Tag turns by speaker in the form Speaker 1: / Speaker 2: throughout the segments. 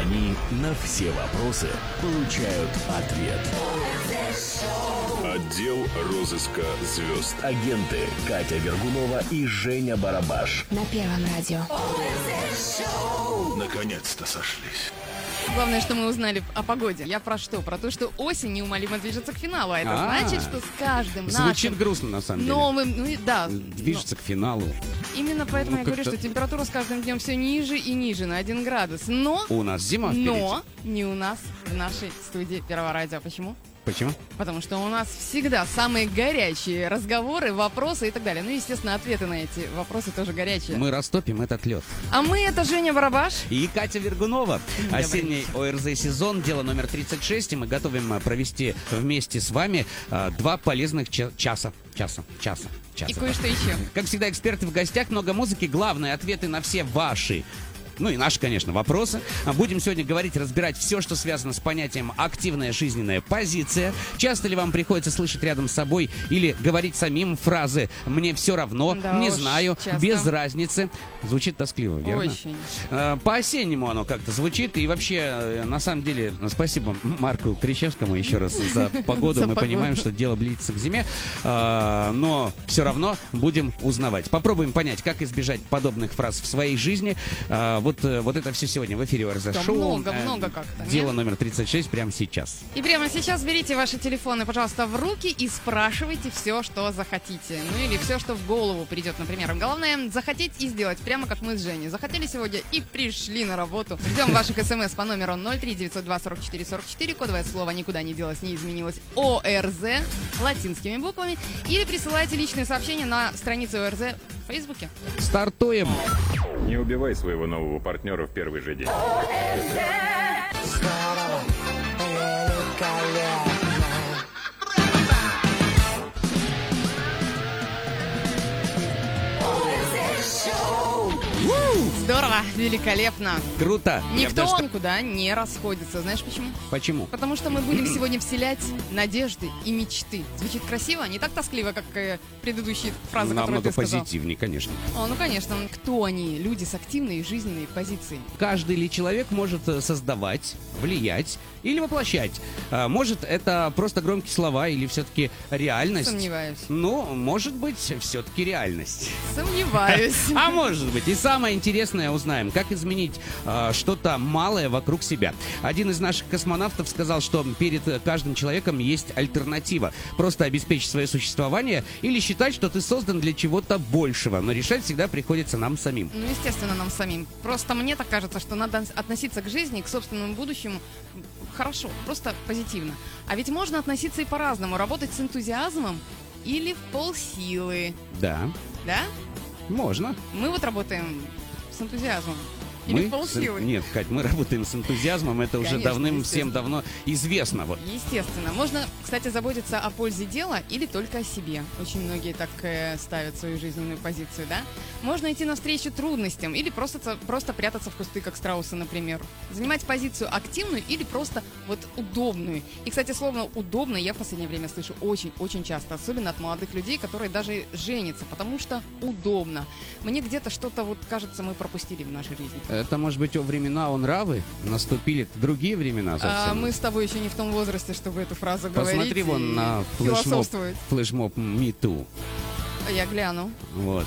Speaker 1: Они на все вопросы получают ответ.
Speaker 2: Отдел розыска звезд.
Speaker 1: Агенты Катя Вергунова и Женя Барабаш.
Speaker 3: На Первом радио.
Speaker 2: Наконец-то сошлись.
Speaker 4: Главное, что мы узнали о погоде. Я про что? Про то, что осень неумолимо движется к финалу. А это
Speaker 5: А.
Speaker 4: значит, что с каждым
Speaker 5: Звучит
Speaker 4: нашим
Speaker 5: грустно, на самом деле.
Speaker 4: новым... Ну и да.
Speaker 5: Движется к финалу.
Speaker 4: но- Именно поэтому
Speaker 5: Ну,
Speaker 4: я говорю,
Speaker 5: как-то-
Speaker 4: что температура с каждым днем все ниже и ниже, на 1 градус. Но...
Speaker 5: У нас зима впереди.
Speaker 4: Но не у нас, в нашей студии Первого радио. Почему?
Speaker 5: Почему?
Speaker 4: Потому что у нас всегда самые горячие разговоры, вопросы и так далее. Ну, и, естественно, ответы на эти вопросы тоже горячие.
Speaker 5: Мы растопим этот лед.
Speaker 4: А мы это Женя Барабаш.
Speaker 5: И Катя Вергунова.
Speaker 4: Добрый
Speaker 5: Осенний ОРЗ-сезон, дело номер 36, и мы готовим а, провести вместе с вами а, два полезных ча- часа. Часа, часа, часа.
Speaker 4: И кое-что еще.
Speaker 5: Как всегда, эксперты в гостях, много музыки, главные ответы на все ваши ну и наши, конечно, вопросы. А Будем сегодня говорить, разбирать все, что связано с понятием «активная жизненная позиция». Часто ли вам приходится слышать рядом с собой или говорить самим фразы «мне все равно»,
Speaker 4: Да
Speaker 5: «не
Speaker 4: уж,
Speaker 5: знаю»,
Speaker 4: часто.
Speaker 5: «без разницы». Звучит тоскливо, верно?
Speaker 4: Очень.
Speaker 5: Э, По-осеннему оно как-то звучит. И вообще, э, на самом деле, спасибо Марку Кричевскому еще раз за погоду.
Speaker 4: За
Speaker 5: Мы
Speaker 4: погоду.
Speaker 5: понимаем, что дело близится к зиме. Э, Но все равно будем узнавать. Попробуем понять, как избежать подобных фраз в своей жизни. Э, Вот, э, вот это все сегодня в эфире ОРЗ
Speaker 4: Да
Speaker 5: Шоу.
Speaker 4: много,
Speaker 5: Э,
Speaker 4: много как-то,
Speaker 5: Дело
Speaker 4: нет?
Speaker 5: номер 36 прямо сейчас.
Speaker 4: И прямо сейчас берите ваши телефоны, пожалуйста, в руки и спрашивайте все, что захотите. Ну или все, что в голову придет, например. Главное, захотеть и сделать, прямо как мы с Женей. Захотели сегодня и пришли на работу. Ждем ваших смс по номеру 03 902 44 44. Кодовое слово «Никуда не делось, не изменилось» ОРЗ латинскими буквами. Или присылайте личные сообщения на страницу ОРЗ в Фейсбуке.
Speaker 5: Стартуем.
Speaker 2: Не убивай своего нового партнера в первый же день.
Speaker 4: Здорово, великолепно.
Speaker 5: Круто. Я
Speaker 4: Никто
Speaker 5: бы даже-
Speaker 4: никуда не расходится. Знаешь почему?
Speaker 5: Почему?
Speaker 4: Потому что мы будем сегодня вселять надежды и мечты. Звучит красиво, не так тоскливо, как э, предыдущие фразы, которые
Speaker 5: Намного
Speaker 4: ты сказал.
Speaker 5: позитивнее, конечно.
Speaker 4: О, ну конечно, кто они? Люди с активной и жизненной позицией.
Speaker 5: каждый ли человек может э, создавать, влиять или воплощать. А, Может, это просто громкие слова или все-таки реальность?
Speaker 4: Сомневаюсь.
Speaker 5: Ну, может быть, все-таки реальность.
Speaker 4: Сомневаюсь.
Speaker 5: А может быть. И самое интересное узнаем, как изменить э, что-то малое вокруг себя. Один из наших космонавтов сказал, что перед э, каждым человеком есть альтернатива. Просто обеспечить свое существование или считать, что ты создан для чего-то большего. Но решать всегда приходится нам самим.
Speaker 4: Ну, естественно, нам самим. Просто мне так кажется, что надо относиться к жизни, к собственному будущему хорошо, просто позитивно. А ведь можно относиться и по-разному. Работать с энтузиазмом или в полсилы,
Speaker 5: Да,
Speaker 4: да?
Speaker 5: можно.
Speaker 4: Мы вот работаем с энтузиазмом. Или в
Speaker 5: с-
Speaker 4: полсилы.
Speaker 5: Нет, Кать, мы работаем с энтузиазмом, это уже
Speaker 4: Конечно,
Speaker 5: давным всем
Speaker 4: естественно.
Speaker 5: давно известно. Вот.
Speaker 4: Естественно. Можно, кстати, заботиться о пользе дела или только о себе. Очень многие так э, ставят свою жизненную позицию, да? Можно идти навстречу трудностям или просто, ц- просто прятаться в кусты, как страусы, например. Занимать позицию активную или просто вот удобную. И, кстати, словно «удобно» я в последнее время слышу очень-очень часто, особенно от молодых людей, которые даже женятся, потому что удобно. Мне где-то что-то, вот кажется, мы пропустили в нашей жизни.
Speaker 5: Это, может быть, о времена он нравы наступили другие времена
Speaker 4: А,
Speaker 5: совсем.
Speaker 4: мы с тобой еще не в том возрасте, чтобы эту фразу говорить.
Speaker 5: Посмотри
Speaker 4: и
Speaker 5: вон на флешмоб,
Speaker 4: философствовать.
Speaker 5: флешмоб МИТУ.
Speaker 4: А Я гляну.
Speaker 5: Вот.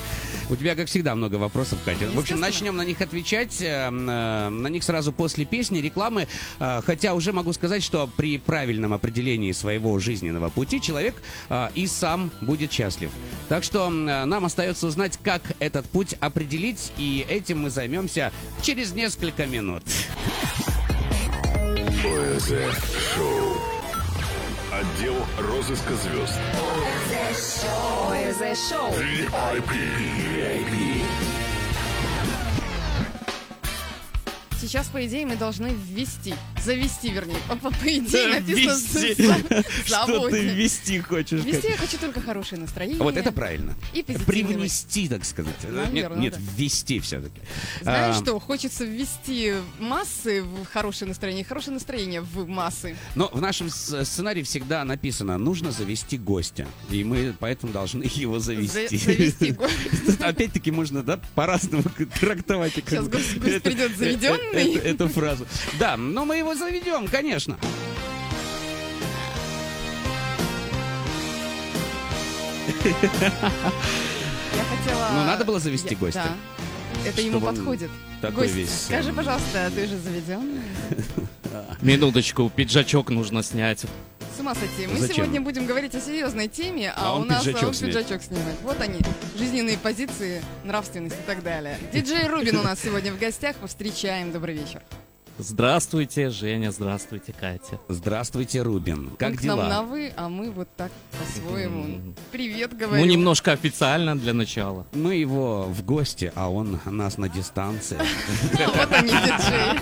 Speaker 5: У тебя, как всегда, много вопросов, Катя. В общем,
Speaker 4: Естественно.
Speaker 5: начнем на них отвечать. э, м, э, На них сразу после песни, рекламы. Э, Хотя уже могу сказать, что при правильном определении своего жизненного пути человек э, и сам будет счастлив. Так что м, э, нам остается узнать, как этот путь определить, и этим мы займемся через несколько минут.
Speaker 2: ОЗ Шоу. Отдел розыска звезд.
Speaker 4: Сейчас, по идее, мы должны ввести. Завести, вернее. По, по- по идее,
Speaker 5: Да,
Speaker 4: написано
Speaker 5: ввести.
Speaker 4: за-
Speaker 5: Что ты
Speaker 4: заводит.
Speaker 5: вести хочешь?
Speaker 4: Ввести
Speaker 5: Катя?
Speaker 4: я хочу только хорошее настроение.
Speaker 5: А Вот это правильно.
Speaker 4: И позитивный.
Speaker 5: Привнести, так сказать. Нет,
Speaker 4: Наверное,
Speaker 5: нет,
Speaker 4: да.
Speaker 5: ввести все-таки. А.
Speaker 4: Знаешь что, хочется ввести массы в хорошее настроение, хорошее настроение в массы.
Speaker 5: Но в нашем с- сценарии всегда написано, нужно завести гостя. И мы поэтому должны его
Speaker 4: За-
Speaker 5: завести.
Speaker 4: завести го-
Speaker 5: Опять-таки можно, да, по-разному к- трактовать.
Speaker 4: Сейчас гость- гость придет заведенный,
Speaker 5: Эту, э, эту фразу. Да, но мы его заведем, конечно.
Speaker 4: Я хотела...
Speaker 5: Ну, надо было завести
Speaker 4: Я-
Speaker 5: гостя.
Speaker 4: Да. Это ему
Speaker 5: Чтобы он
Speaker 4: подходит.
Speaker 5: такой
Speaker 4: Гость,
Speaker 5: весь,
Speaker 4: скажи,
Speaker 5: эм,
Speaker 4: пожалуйста, а ты же заведен?
Speaker 3: Минуточку, пиджачок нужно снять.
Speaker 4: С ума сойти. Мы
Speaker 5: Зачем?
Speaker 4: сегодня будем говорить о серьезной теме, а,
Speaker 5: А он
Speaker 4: у нас а,
Speaker 5: пиджачок
Speaker 4: он
Speaker 5: снимет.
Speaker 4: пиджачок снимает. Вот они, жизненные позиции, нравственность и так далее. Диджей Рубин у нас сегодня в гостях. Встречаем. Добрый вечер.
Speaker 3: Здравствуйте, Женя, здравствуйте, Катя.
Speaker 5: Здравствуйте, Рубин. Как
Speaker 4: Он к нам на
Speaker 5: дела?
Speaker 4: «вы», а мы вот так по-своему.
Speaker 3: Мгм.
Speaker 4: Привет,
Speaker 3: Ну,
Speaker 4: говорим.
Speaker 3: немножко официально для начала.
Speaker 5: Мы его в гости, а он нас на дистанции.
Speaker 4: А, Вот они, диджеи.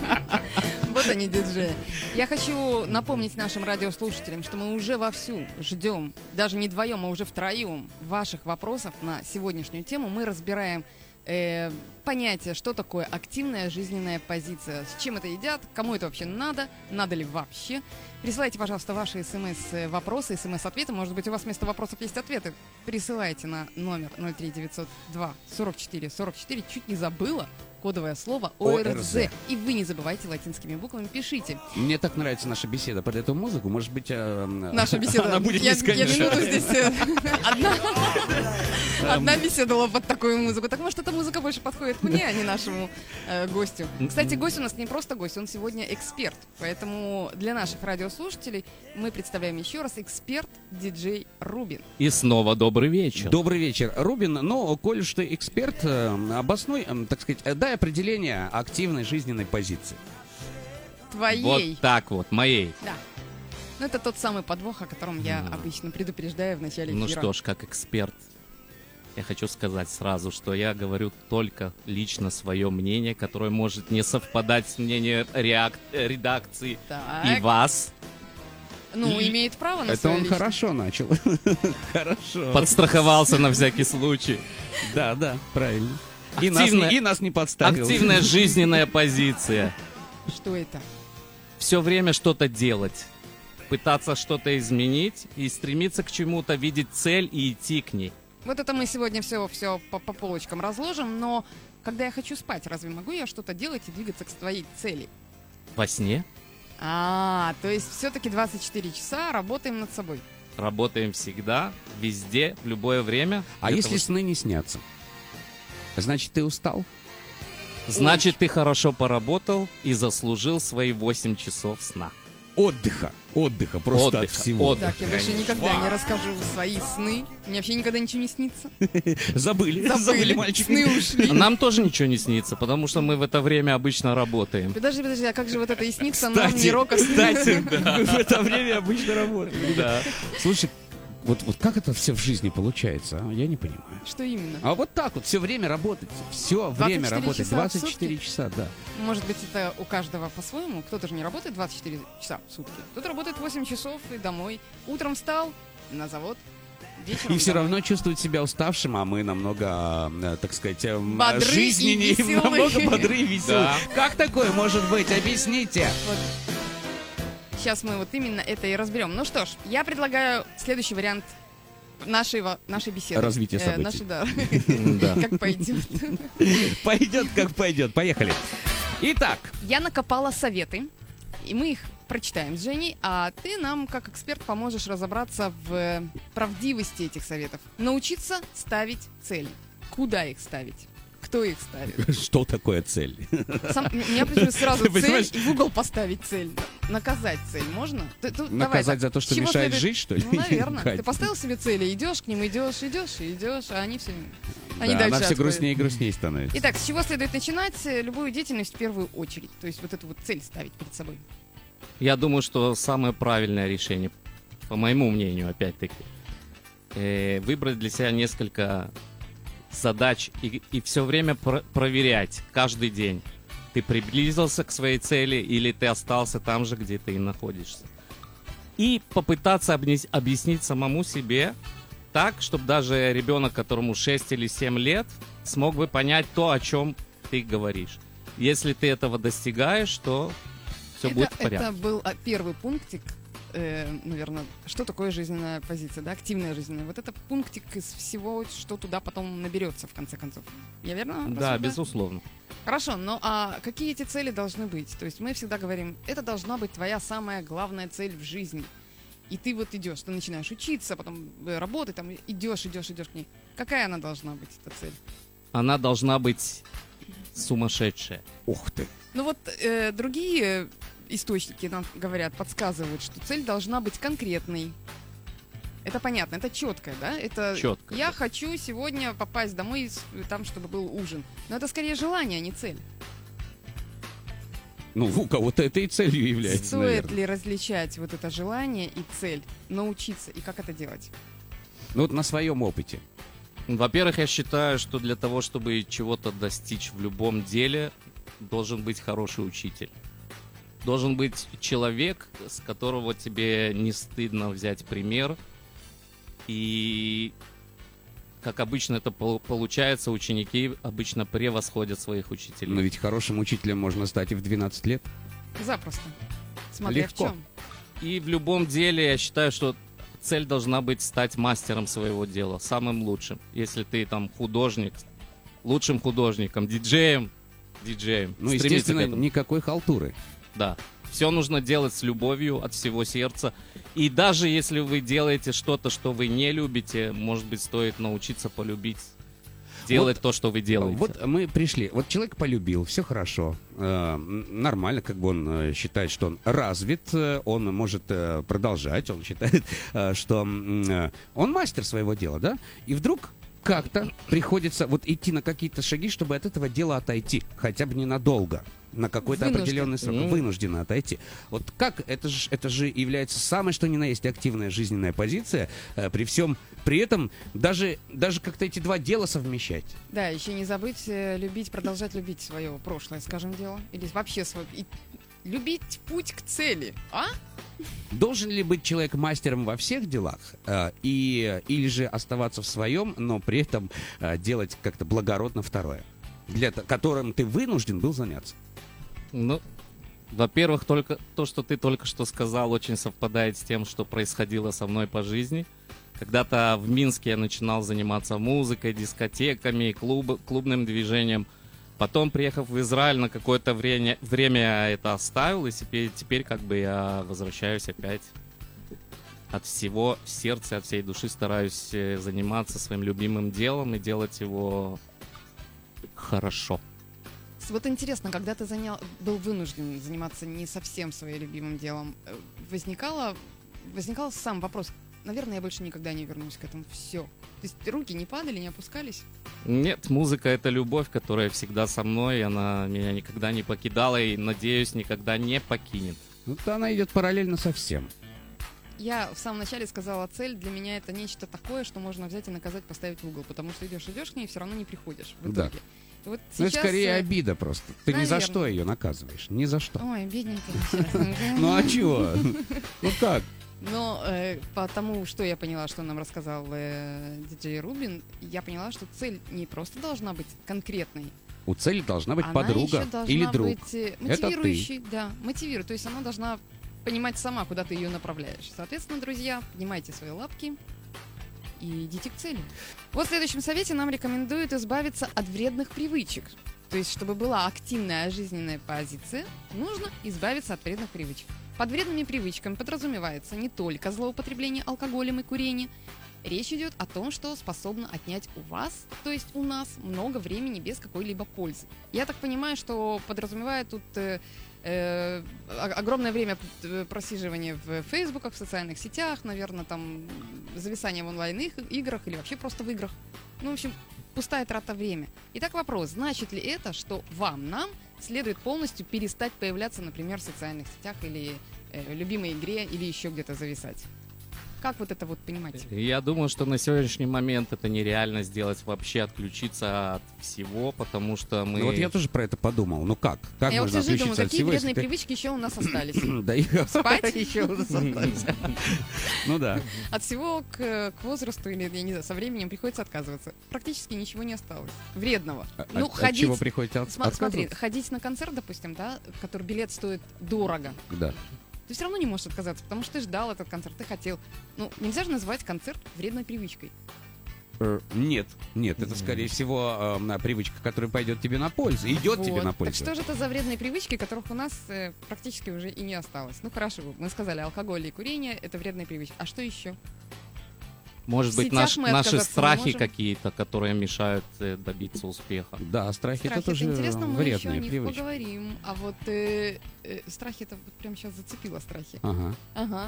Speaker 4: Вот они, диджеи. Я хочу напомнить нашим радиослушателям, что мы уже вовсю ждем, даже не вдвоем, а уже втроем, ваших вопросов на сегодняшнюю тему. Мы разбираем э, понятие, что такое активная жизненная позиция, с чем это едят, кому это вообще надо, надо ли вообще. Присылайте, пожалуйста, ваши смс-вопросы, смс-ответы. Может быть, у вас вместо вопросов есть ответы. Присылайте на номер 03902 44 44. Чуть не забыла кодовое слово ОРЗ.
Speaker 5: ORZ.
Speaker 4: И вы не забывайте латинскими буквами, пишите.
Speaker 5: Мне так нравится наша беседа под эту музыку. Может быть, э,
Speaker 4: Наша беседа.
Speaker 5: она будет
Speaker 4: я, я
Speaker 5: бесконечной.
Speaker 4: минуту здесь э, одна, одна беседовала под такую музыку. Так может, эта музыка больше подходит мне, а не нашему э, гостю. Кстати, гость у нас не просто гость, он сегодня эксперт. Поэтому для наших радиослушателей мы представляем еще раз эксперт диджей Рубин.
Speaker 3: И снова добрый вечер.
Speaker 5: Добрый вечер, Рубин. Ну, коль уж ты эксперт, э, обоснуй, э, так сказать, э, дай определение активной жизненной позиции.
Speaker 4: Твоей.
Speaker 3: Вот так вот, моей.
Speaker 4: Да. Ну, это тот самый подвох, о котором я
Speaker 3: М.
Speaker 4: обычно предупреждаю в начале
Speaker 3: Ну
Speaker 4: эфира.
Speaker 3: что ж, как эксперт, я хочу сказать сразу, что я говорю только лично свое мнение, которое может не совпадать с мнением реак- э, редакции
Speaker 4: Так.
Speaker 3: и вас.
Speaker 4: Ну, имеет право на
Speaker 5: Это
Speaker 4: свое
Speaker 5: он
Speaker 4: личное.
Speaker 5: хорошо начал. Хорошо.
Speaker 3: Подстраховался на всякий случай.
Speaker 5: Да, да, правильно. И нас,
Speaker 3: Активная-
Speaker 5: не- и нас не подставил.
Speaker 3: Активная жизненная позиция.
Speaker 4: Что это?
Speaker 3: все время что-то делать, пытаться что-то изменить и стремиться к чему-то, видеть цель и идти к ней.
Speaker 4: Вот это мы сегодня все, все по, по полочкам разложим, но когда я хочу спать, разве могу я что-то делать и двигаться к своей цели?
Speaker 3: Во сне
Speaker 4: А, то есть все-таки 24 часа работаем над собой.
Speaker 3: работаем всегда, везде, в любое время.
Speaker 5: А
Speaker 3: Для
Speaker 5: если
Speaker 3: того,
Speaker 5: сны не снятся? Значит, ты устал?
Speaker 3: что- Значит, ты хорошо поработал и заслужил свои 8 часов сна.
Speaker 5: Отдыха. Отдыха, просто от
Speaker 3: Отдыха,
Speaker 5: всего.
Speaker 3: отдыха.
Speaker 4: Так, я больше никогда не расскажу свои сны. Мне вообще никогда ничего не снится.
Speaker 5: Забыли. Забыли, мальчик.
Speaker 4: Сны ушли.
Speaker 3: Нам тоже ничего не снится, потому что мы в это время обычно работаем.
Speaker 4: Подожди, подожди, а как же вот это и снится нам,
Speaker 5: Кстати,
Speaker 4: не а роком?
Speaker 5: кстати, да. в это время обычно работаем.
Speaker 3: Да.
Speaker 5: Слушай, вот, вот как это все в жизни получается, а? я не понимаю.
Speaker 4: Что именно?
Speaker 5: А вот так вот все время работать, все
Speaker 4: 24
Speaker 5: время работать,
Speaker 4: часа в
Speaker 5: 24 часа, да.
Speaker 4: Может быть, это у каждого по-своему. Кто-то же не работает 24 часа в сутки. Кто-то работает 8 часов и домой. Утром встал, на завод. Вечером
Speaker 5: И все
Speaker 4: домой.
Speaker 5: равно чувствует себя уставшим, а мы намного, э, так сказать, э, м,
Speaker 4: Бодры и
Speaker 5: жизненнее,
Speaker 4: веселые.
Speaker 5: намного бодры и веселые.
Speaker 3: Да.
Speaker 5: Как такое может быть? Объясните.
Speaker 4: Сейчас мы вот именно это и разберем. Ну что ж, я предлагаю следующий вариант нашего, нашей беседы. Э,
Speaker 5: Развитие событий.
Speaker 4: нашей, да.
Speaker 3: Да.
Speaker 4: Как пойдет.
Speaker 5: Пойдет как пойдет. Поехали. Итак,
Speaker 4: Я накопала советы, и мы их прочитаем с Женей, а ты нам, как эксперт, поможешь разобраться в э, правдивости этих советов. Научиться ставить цели. Куда их ставить? Кто их ставит?
Speaker 5: что такое цель?
Speaker 4: Сам, меня пришлось сразу
Speaker 5: Ты
Speaker 4: цель
Speaker 5: понимаешь?
Speaker 4: и в угол поставить цель. Наказать цель можно? Ты- ты- давай
Speaker 5: Наказать
Speaker 4: так,
Speaker 5: за то, что
Speaker 4: чего
Speaker 5: мешает
Speaker 4: следует-
Speaker 5: жить, что ли?
Speaker 4: Ну, наверное.
Speaker 5: Кать.
Speaker 4: Ты поставил себе цели, идешь к ним, идешь, идешь, и идешь, а они все... Они
Speaker 5: Да,
Speaker 4: дальше
Speaker 5: она все
Speaker 4: отходят.
Speaker 5: грустнее и грустнее становится.
Speaker 4: Итак, с чего следует начинать э, любую деятельность в первую очередь? То есть вот эту вот цель ставить перед собой.
Speaker 3: Я думаю, что самое правильное решение, по моему мнению, опять-таки, э, выбрать для себя несколько задач и, все время про- проверять каждый день, ты приблизился к своей цели или ты остался там же, где ты и находишься. И попытаться обнес- объяснить самому себе так, чтобы даже ребенок, которому 6 или 7 лет, смог бы понять то, о чем ты говоришь. Если ты этого достигаешь, то все
Speaker 4: это,
Speaker 3: будет в порядке.
Speaker 4: это был а, первый пунктик, э, наверное, что такое жизненная позиция, да, активная жизненная. Вот это пунктик из всего, что туда потом наберется, в конце концов. Я верно?
Speaker 3: Да,
Speaker 4: рассуждаю?
Speaker 3: безусловно.
Speaker 4: Хорошо, ну а какие эти цели должны быть? То есть мы всегда говорим, это должна быть твоя самая главная цель в жизни. И ты вот идешь, ты начинаешь учиться, потом э, работать, там идешь, идешь, идешь к ней. Какая она должна быть, эта цель?
Speaker 3: Она должна быть сумасшедшая.
Speaker 5: Ух ты.
Speaker 4: Ну вот э, другие источники нам говорят, подсказывают, что цель должна быть конкретной. Это понятно, это четкое, да? Это
Speaker 3: Чёткая,
Speaker 4: я
Speaker 3: да.
Speaker 4: хочу сегодня попасть домой, и с- там, чтобы был ужин. Но это скорее желание, а не цель.
Speaker 5: Ну, у кого-то это и целью является,
Speaker 4: Стоит
Speaker 5: наверное.
Speaker 4: ли различать вот это желание и цель, научиться и как это делать?
Speaker 5: Ну, вот на своем опыте.
Speaker 3: Во-первых, я считаю, что для того, чтобы чего-то достичь в любом деле, должен быть хороший учитель. Должен быть человек, с которого тебе не стыдно взять пример. И, как обычно это пол- получается, ученики обычно превосходят своих учителей.
Speaker 5: Но ведь хорошим учителем можно стать и в 12 лет.
Speaker 4: Запросто. Смотря
Speaker 5: Легко.
Speaker 4: в чем.
Speaker 3: И в любом деле я считаю, что цель должна быть стать мастером своего дела, самым лучшим. Если ты там художник, лучшим художником, диджеем, диджеем.
Speaker 5: Ну,
Speaker 3: Стремиться к
Speaker 5: естественно,
Speaker 3: этому.
Speaker 5: никакой халтуры.
Speaker 3: Да. Все нужно делать с любовью, от всего сердца. И даже если вы делаете что-то, что вы не любите, может быть, стоит научиться полюбить делать то, что вы делаете.
Speaker 5: Вот мы пришли. Вот человек полюбил, все хорошо. Э, м, нормально, как бы он э, считает, что он развит, э, он может э, продолжать, он считает, э, что м, э, он мастер своего дела, да? И вдруг как-то приходится вот идти на какие-то шаги, чтобы от этого дела отойти, хотя бы ненадолго, на какой-то
Speaker 4: Вынужден.
Speaker 5: определенный срок.
Speaker 3: Мгм.
Speaker 5: Вынуждена отойти. Вот как это же, это же является самой что ни на есть активная жизненная позиция, э, при всем при этом даже, даже как-то эти два дела совмещать.
Speaker 4: Да, еще не забыть э, любить, продолжать любить свое прошлое, скажем дело. Или вообще свой... и любить путь к цели, а?
Speaker 5: Должен ли быть человек мастером во всех делах, э, и, или же оставаться в своем, но при этом э, делать как-то благородно второе, для, т- которым ты вынужден был заняться?
Speaker 3: Ну, во-первых, только то, что ты только что сказал, очень совпадает с тем, что происходило со мной по жизни. Когда-то в Минске я начинал заниматься музыкой, дискотеками, клуб, клубным движением. Потом, приехав в Израиль, на какое-то время, время я это оставил, и теперь, теперь как бы я возвращаюсь опять. От всего сердца, от всей души стараюсь э, заниматься своим любимым делом и делать его хорошо.
Speaker 4: С- Вот интересно, когда ты занял, был вынужден заниматься не совсем своим любимым делом, э, возникало, возникал сам вопрос, наверное, я больше никогда не вернусь к этому, все. То есть руки не падали, не опускались?
Speaker 3: Нет, музыка это любовь, которая всегда со мной, и она меня никогда не покидала и, надеюсь, никогда не покинет.
Speaker 5: Ну, то она идет параллельно со всем.
Speaker 4: Я в самом начале сказала, цель для меня это нечто такое, что можно взять и наказать, поставить в угол, потому что идешь, идешь к ней, и все равно не приходишь в
Speaker 5: Да.
Speaker 4: итоге. И Вот
Speaker 5: Ну, это
Speaker 4: сейчас,
Speaker 5: скорее
Speaker 4: э,
Speaker 5: обида просто. Ты ни за
Speaker 4: наверное.
Speaker 5: что ее наказываешь, ни за что.
Speaker 4: Ой, бедненькая. сейчас.
Speaker 5: Ну, а чего? Ну, как?
Speaker 4: Но э, по тому, что я поняла, что нам рассказал э, диджей Рубин, я поняла, что цель не просто должна быть конкретной,
Speaker 5: У цели должна быть
Speaker 4: она
Speaker 5: подруга
Speaker 4: еще должна
Speaker 5: или друг.
Speaker 4: быть э,
Speaker 5: Это ты.
Speaker 4: мотивирующей, да, мотивирует. То есть она должна понимать сама, куда ты ее направляешь. Соответственно, друзья, поднимайте свои лапки и идите к цели. Вот в следующем совете нам рекомендуют избавиться от вредных привычек. То есть, чтобы была активная жизненная позиция, нужно избавиться от вредных привычек. Под вредными привычками подразумевается не только злоупотребление алкоголем и курение. Речь идет о том, что способно отнять у вас, то есть у нас, много времени без какой-либо пользы. Я так понимаю, что подразумевает тут э, э, о- огромное время э, просиживания в фейсбуках, в социальных сетях, наверное, там зависание в онлайн-играх или вообще просто в играх. Ну, в общем, пустая трата времени. Итак, вопрос, значит ли это, что вам, нам следует полностью перестать появляться, например, в социальных сетях или э, любимой игре или еще где-то зависать? Как вот это вот понимать?
Speaker 3: И Я думаю, что на сегодняшний момент это нереально сделать вообще отключиться от всего, потому что мы.
Speaker 5: Ну, вот я тоже про это подумал. Ну, как? Как
Speaker 4: я вот
Speaker 5: можно
Speaker 4: сижу и думаю,
Speaker 5: отключиться от
Speaker 4: какие
Speaker 5: всего,
Speaker 4: вредные
Speaker 5: если ты...
Speaker 4: привычки еще у нас остались?
Speaker 5: Да и-
Speaker 4: Спать?
Speaker 5: еще у нас остались. Ну да.
Speaker 4: От всего к, к возрасту или, я не знаю, со временем приходится отказываться. Практически ничего не осталось. Вредного.
Speaker 5: А-
Speaker 4: ну,
Speaker 5: от- от
Speaker 4: ходить...
Speaker 5: чего приходите от-
Speaker 4: сма- смотри,
Speaker 5: отказываться?
Speaker 4: ходить на концерт, допустим, да, в который билет стоит дорого,
Speaker 5: Да.
Speaker 4: ты все равно не можешь отказаться, потому что ты ждал этот концерт, ты хотел. Ну, нельзя же называть концерт вредной привычкой.
Speaker 5: Э, Нет, нет, это скорее всего э, привычка, которая пойдет тебе на пользу, идет тебе
Speaker 4: Вот.
Speaker 5: на
Speaker 4: Так
Speaker 5: пользу.
Speaker 4: что же это за вредные привычки, которых у нас э, практически уже и не осталось? Ну хорошо, мы сказали, алкоголь и курение это вредные привычки. А что еще?
Speaker 3: Может
Speaker 4: В
Speaker 3: быть,
Speaker 4: сетях
Speaker 3: наш-
Speaker 4: мы
Speaker 3: наши
Speaker 4: отказаться не
Speaker 3: страхи
Speaker 4: можем.
Speaker 3: какие-то, которые мешают э, добиться успеха.
Speaker 5: Да, страхи,
Speaker 4: Страхи,
Speaker 5: это тоже
Speaker 4: интересно, мы еще о
Speaker 5: вредные
Speaker 4: них
Speaker 5: привычки.
Speaker 4: поговорим. А вот э, э, страхи это вот прям сейчас зацепило страхи.
Speaker 5: Ага.
Speaker 4: Ага.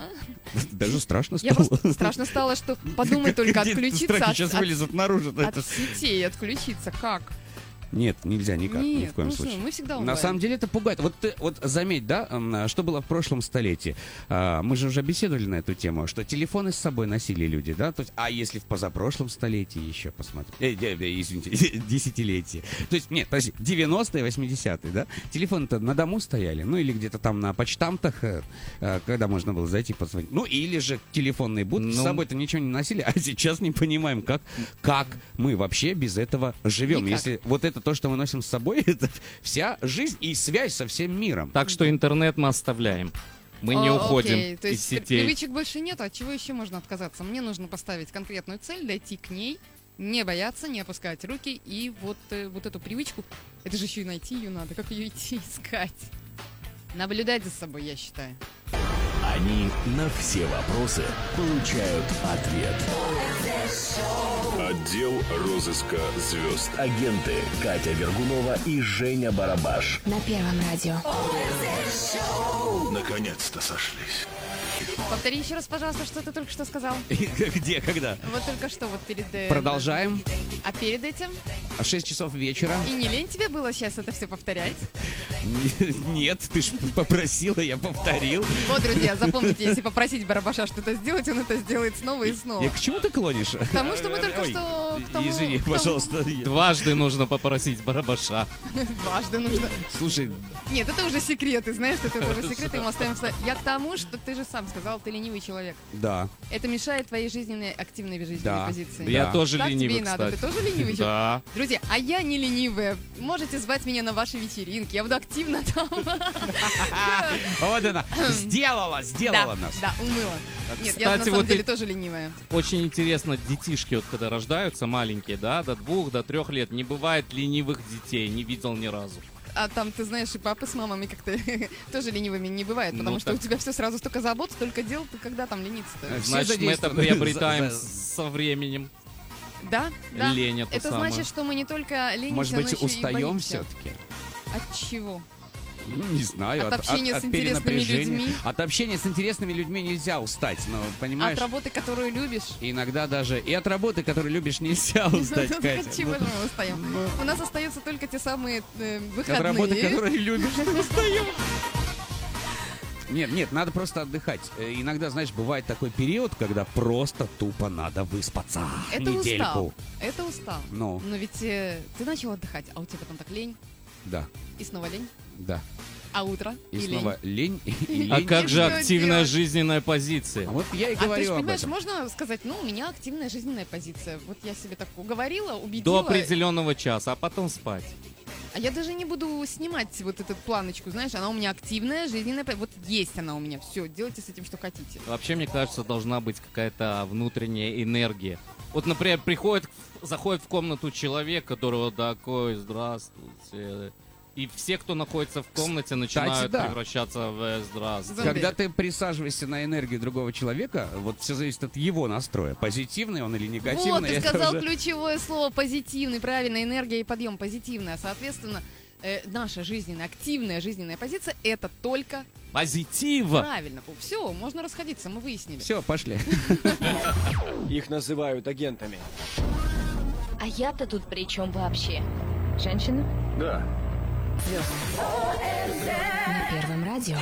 Speaker 5: Даже страшно
Speaker 4: Я
Speaker 5: стало.
Speaker 4: просто страшно стало, что подумай только
Speaker 5: Где эти
Speaker 4: отключиться
Speaker 5: страхи
Speaker 4: от,
Speaker 5: сейчас
Speaker 4: от-
Speaker 5: вылезут наружу.
Speaker 4: от сетей, отключиться. Как?
Speaker 5: Нет, нельзя никак, ни
Speaker 4: Нет,
Speaker 5: в коем
Speaker 4: ну что,
Speaker 5: случае.
Speaker 4: мы всегда
Speaker 5: На
Speaker 4: онлайн.
Speaker 5: самом деле это пугает. Вот, ты- вот заметь, да, эм, а, что было в прошлом столетии. А, Мы же уже беседовали на эту тему, что телефоны с собой носили люди, да? То есть, а если в позапрошлом столетии еще посмотреть? Э, де- де- Извините, десятилетие. То есть, нет, подожди, 90-е, 80-е, да? Телефоны-то на дому стояли, ну или где-то там на почтамтах, э, э, когда можно было зайти позвонить. Ну или же телефонные будки с
Speaker 3: Ну.
Speaker 5: собой-то ничего не носили, а сейчас не понимаем, как, как мы вообще без этого живем.
Speaker 4: Никак.
Speaker 5: Если вот это то, что мы носим с собой, это вся жизнь и связь со всем миром.
Speaker 3: Так что интернет мы оставляем. Мы не
Speaker 4: О,
Speaker 3: уходим
Speaker 4: А, окей, То есть
Speaker 3: из
Speaker 4: при-
Speaker 3: сетей.
Speaker 4: привычек больше нет, от чего еще можно отказаться? Мне нужно поставить конкретную цель, дойти к ней, не бояться, не опускать руки и вот, э, вот эту привычку, это же еще и найти ее надо, как ее идти искать? Наблюдать за собой, я считаю.
Speaker 1: Они на все вопросы получают ответ.
Speaker 6: Отдел розыска звезд.
Speaker 1: Агенты Катя Вергунова и Женя Барабаш.
Speaker 7: На первом радио.
Speaker 6: Наконец-то сошлись.
Speaker 4: Повтори еще раз, пожалуйста, что ты только что сказал.
Speaker 5: Где, когда?
Speaker 4: Вот только что, вот перед... э,
Speaker 5: Продолжаем.
Speaker 4: А перед этим?
Speaker 5: 6 часов вечера.
Speaker 4: И не лень тебе было сейчас это все повторять?
Speaker 5: Нет, ты ж попросила, я повторил.
Speaker 4: Вот, друзья, запомните, если попросить Барабаша что-то сделать, он это сделает снова и снова.
Speaker 5: Я к чему ты клонишь?
Speaker 4: Потому что мы только что... к тому-
Speaker 5: Извини,
Speaker 4: к тому-
Speaker 5: пожалуйста.
Speaker 3: Дважды нужно попросить барабаша.
Speaker 4: Дважды нужно.
Speaker 5: Слушай,
Speaker 4: Нет, это уже секреты, знаешь, это уже секреты, мы оставим... в- Я к тому, что ты же сам сказал, ты ленивый человек.
Speaker 5: да.
Speaker 4: Это мешает твоей жизненной, активной жизненной
Speaker 5: Да.
Speaker 4: позиции.
Speaker 3: Я
Speaker 5: Да.
Speaker 3: тоже
Speaker 4: Так тебе
Speaker 3: ленивый,
Speaker 4: и надо.
Speaker 3: кстати.
Speaker 4: Ты тоже ленивый человек?
Speaker 3: Да.
Speaker 4: Друзья, а я не ленивая. Можете звать меня на ваши вечеринки. Я буду активно там.
Speaker 3: Ну,
Speaker 5: Вот она. Сделала, сделала
Speaker 4: Да,
Speaker 5: нас.
Speaker 4: да, умыла. Нет, я на
Speaker 3: Кстати,
Speaker 4: самом
Speaker 3: вот
Speaker 4: деле
Speaker 3: и-
Speaker 4: тоже ленивая.
Speaker 3: Очень интересно, детишки вот когда рождаются маленькие, да, до двух, до трех лет, не бывает ленивых детей, не видел ни разу.
Speaker 4: А там, ты знаешь, и папы с мамами как-то тоже ленивыми не бывает, потому
Speaker 3: Ну,
Speaker 4: что у
Speaker 3: так.
Speaker 4: тебя все сразу столько забот, столько дел, ты когда там лениться-то?
Speaker 5: Все
Speaker 3: Значит, мы это
Speaker 5: задействованы.
Speaker 3: приобретаем
Speaker 5: За- за-
Speaker 3: с- со временем.
Speaker 4: Да, да.
Speaker 3: Лень это
Speaker 4: Это
Speaker 3: самое.
Speaker 4: значит, что мы не только ленимся,
Speaker 5: Может
Speaker 4: но
Speaker 5: быть,
Speaker 4: еще и
Speaker 5: устаем
Speaker 4: боимся.
Speaker 5: все-таки?
Speaker 4: От чего?
Speaker 5: Ну, Не знаю,
Speaker 4: От общения с интересными
Speaker 5: перенапряжения.
Speaker 4: людьми.
Speaker 5: От общения с интересными людьми нельзя устать, но понимаешь?
Speaker 4: От работы, которую любишь.
Speaker 5: Иногда даже и от работы, которую любишь, нельзя устать,
Speaker 4: От
Speaker 5: Катя.
Speaker 4: чего
Speaker 5: Ну,
Speaker 4: же мы устаем? У нас остаются только те самые э,
Speaker 5: От работы,
Speaker 4: выходные.
Speaker 5: которую любишь, не устаем. Нет, нет, надо просто отдыхать. Э, Иногда, знаешь, бывает такой период, когда просто тупо надо выспаться.
Speaker 4: Это
Speaker 5: Недельку.
Speaker 4: устал. Это устал.
Speaker 5: Ну,
Speaker 4: Но ведь э, ты начал отдыхать, а у тебя потом так лень,
Speaker 5: да,
Speaker 4: и снова лень,
Speaker 5: да.
Speaker 4: а утро
Speaker 5: И,
Speaker 4: и, лень.
Speaker 5: снова лень, и, и
Speaker 3: А
Speaker 5: лень.
Speaker 3: как же
Speaker 4: Что
Speaker 3: активная
Speaker 4: делать?
Speaker 3: жизненная позиция?
Speaker 5: А Вот я и
Speaker 4: А ты
Speaker 5: говорю
Speaker 4: же
Speaker 5: об
Speaker 4: понимаешь,
Speaker 5: этом.
Speaker 4: можно сказать, ну, у меня активная жизненная позиция. Вот я себе так уговорила,
Speaker 3: До
Speaker 4: убедила.
Speaker 3: определенного часа, а потом спать.
Speaker 4: А я даже не буду снимать вот эту планочку, знаешь, она у меня активная, жизненная, по- вот есть она у меня, все, делайте с этим, что хотите.
Speaker 3: Вообще, мне кажется, должна быть какая-то внутренняя энергия. Вот, например, приходит, в- заходит в комнату человек, которого такой, здравствуйте. И все, кто находится в комнате, начинают
Speaker 5: да.
Speaker 3: превращаться в э, здравствуйте.
Speaker 4: Зомби.
Speaker 5: Когда ты присаживаешься на энергию другого человека, вот все зависит от его настроя. Позитивный он или негативный.
Speaker 4: вот, ты
Speaker 5: это
Speaker 4: сказал
Speaker 5: уже-
Speaker 4: ключевое слово позитивный, правильно, энергия и подъем позитивная, соответственно, э, наша жизненная, активная жизненная позиция, это только
Speaker 3: Позитива!
Speaker 4: правильно. Все, можно расходиться, мы выяснили.
Speaker 5: Все, пошли.
Speaker 8: Их называют агентами.
Speaker 7: А я-то тут при чем вообще? Женщина?
Speaker 6: Да.
Speaker 7: На первом радио.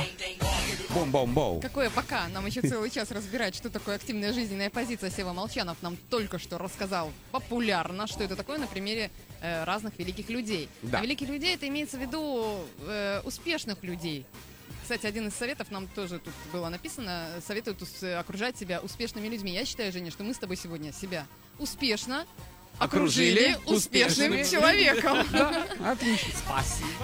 Speaker 5: Бом-бом-боу.
Speaker 4: Какое пока? Нам еще целый час разбирать, что такое активная жизненная позиция. Сева Молчанов нам только что рассказал популярно, что это такое на примере э, разных великих людей.
Speaker 5: Да.
Speaker 4: А великих людей это имеется в виду э, успешных людей. Кстати, один из советов нам тоже тут было написано. Советуют ус- окружать себя успешными людьми. Я считаю, Женя, что мы с тобой сегодня себя успешно окружили
Speaker 5: успешными.
Speaker 4: успешным человеком.
Speaker 5: Отлично.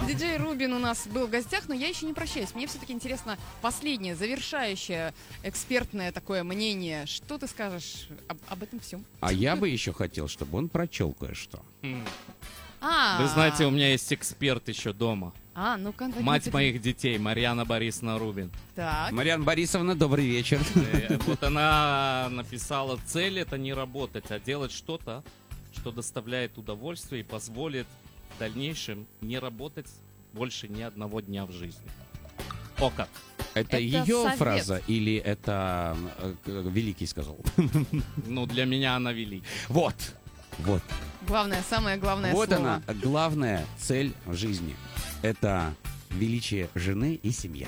Speaker 4: Диджей Рубин у нас был в гостях, но я еще не прощаюсь. Мне все-таки интересно последнее, завершающее экспертное такое мнение. Что ты скажешь об, об этом всем?
Speaker 5: А я бы еще хотел, чтобы он прочел кое-что.
Speaker 4: А,
Speaker 3: Вы знаете, у меня есть эксперт еще дома.
Speaker 4: а, ну-ка, Вадим,
Speaker 3: Мать
Speaker 4: ты-
Speaker 3: моих детей, Марьяна Борисовна Рубин.
Speaker 4: Так,
Speaker 5: Марьяна Борисовна, добрый вечер.
Speaker 3: Э, Вот она написала, цель это не работать, а делать что-то, что доставляет удовольствие и позволит в дальнейшем не работать больше ни одного дня в жизни. О как!
Speaker 5: Это
Speaker 7: Это
Speaker 5: ее
Speaker 7: совет.
Speaker 5: фраза или это э, к- Великий сказал?
Speaker 3: Ну, для меня она великая.
Speaker 5: Вот. Вот.
Speaker 4: главное, самое главное
Speaker 5: Вот
Speaker 4: слово.
Speaker 5: она, главная цель в жизни. Это величие жены и семья.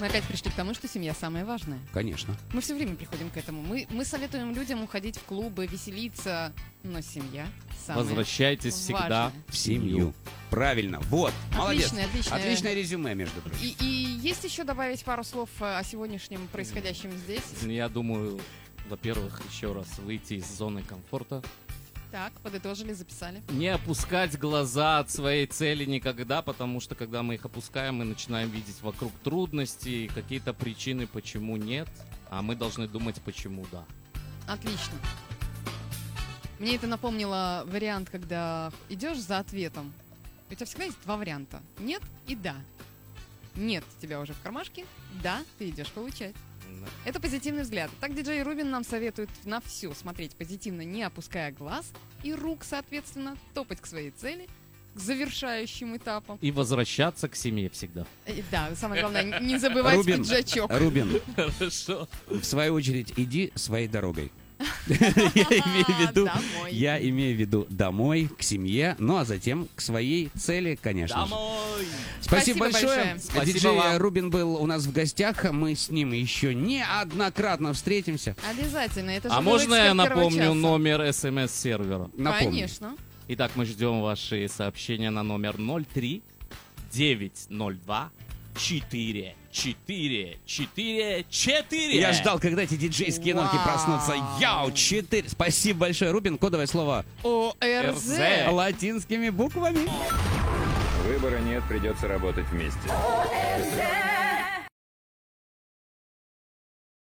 Speaker 4: Мы опять пришли к тому, что семья самое важное.
Speaker 5: Конечно.
Speaker 4: Мы все время приходим к этому. Мы, мы советуем людям уходить в клубы, веселиться, но семья самое
Speaker 3: Возвращайтесь всегда.
Speaker 4: важное.
Speaker 5: В семью. Правильно. Вот. Молодец.
Speaker 4: Отличное, отличное.
Speaker 5: Отличное резюме, между прочим.
Speaker 4: И, и есть еще добавить пару слов э, о сегодняшнем происходящем здесь?
Speaker 3: Я думаю, во-первых, еще раз выйти из зоны комфорта.
Speaker 4: Так, подытожили, записали.
Speaker 3: Не опускать глаза от своей цели никогда, потому что когда мы их опускаем, мы начинаем видеть вокруг трудности, какие-то причины, почему нет, а мы должны думать, почему да.
Speaker 4: Отлично. Мне это напомнило вариант, когда идешь за ответом. У тебя всегда есть два варианта. Нет и да. Нет тебя уже в кармашке. Да, ты идешь получать. Это позитивный взгляд. Так диджей Рубин нам советует на все смотреть позитивно, не опуская глаз и рук, соответственно, топать к своей цели, к завершающим этапам.
Speaker 3: И возвращаться к семье всегда.
Speaker 4: Э, Да, самое главное, не забывать
Speaker 5: Рубин.
Speaker 4: пиджачок.
Speaker 5: Рубин,
Speaker 3: Хорошо.
Speaker 5: в свою очередь, иди своей дорогой. Я имею в виду,
Speaker 4: Домой.
Speaker 5: я имею в виду домой, к семье, ну а затем к своей цели, конечно. же.
Speaker 3: Домой!
Speaker 5: Спасибо,
Speaker 4: Спасибо
Speaker 5: большое.
Speaker 4: большое.
Speaker 3: Спасибо
Speaker 5: Диджей
Speaker 3: вам.
Speaker 5: Рубин был у нас в гостях. Мы с ним еще неоднократно встретимся.
Speaker 4: Обязательно, это же
Speaker 3: А
Speaker 4: был
Speaker 3: можно я
Speaker 4: эксперт первого
Speaker 3: напомню
Speaker 4: часа.
Speaker 3: номер смс-сервера?
Speaker 5: Напомню.
Speaker 4: Конечно.
Speaker 3: Итак, мы ждем ваши сообщения на номер 03 902 4 4 4 4.
Speaker 5: Я ждал, когда эти диджейские норки
Speaker 4: Вау.
Speaker 5: проснутся. Яу, 4. Спасибо большое, Рубин. Кодовое слово
Speaker 4: ОРЗ.
Speaker 3: Э.
Speaker 5: латинскими буквами.
Speaker 2: Выбора нет, придется работать вместе.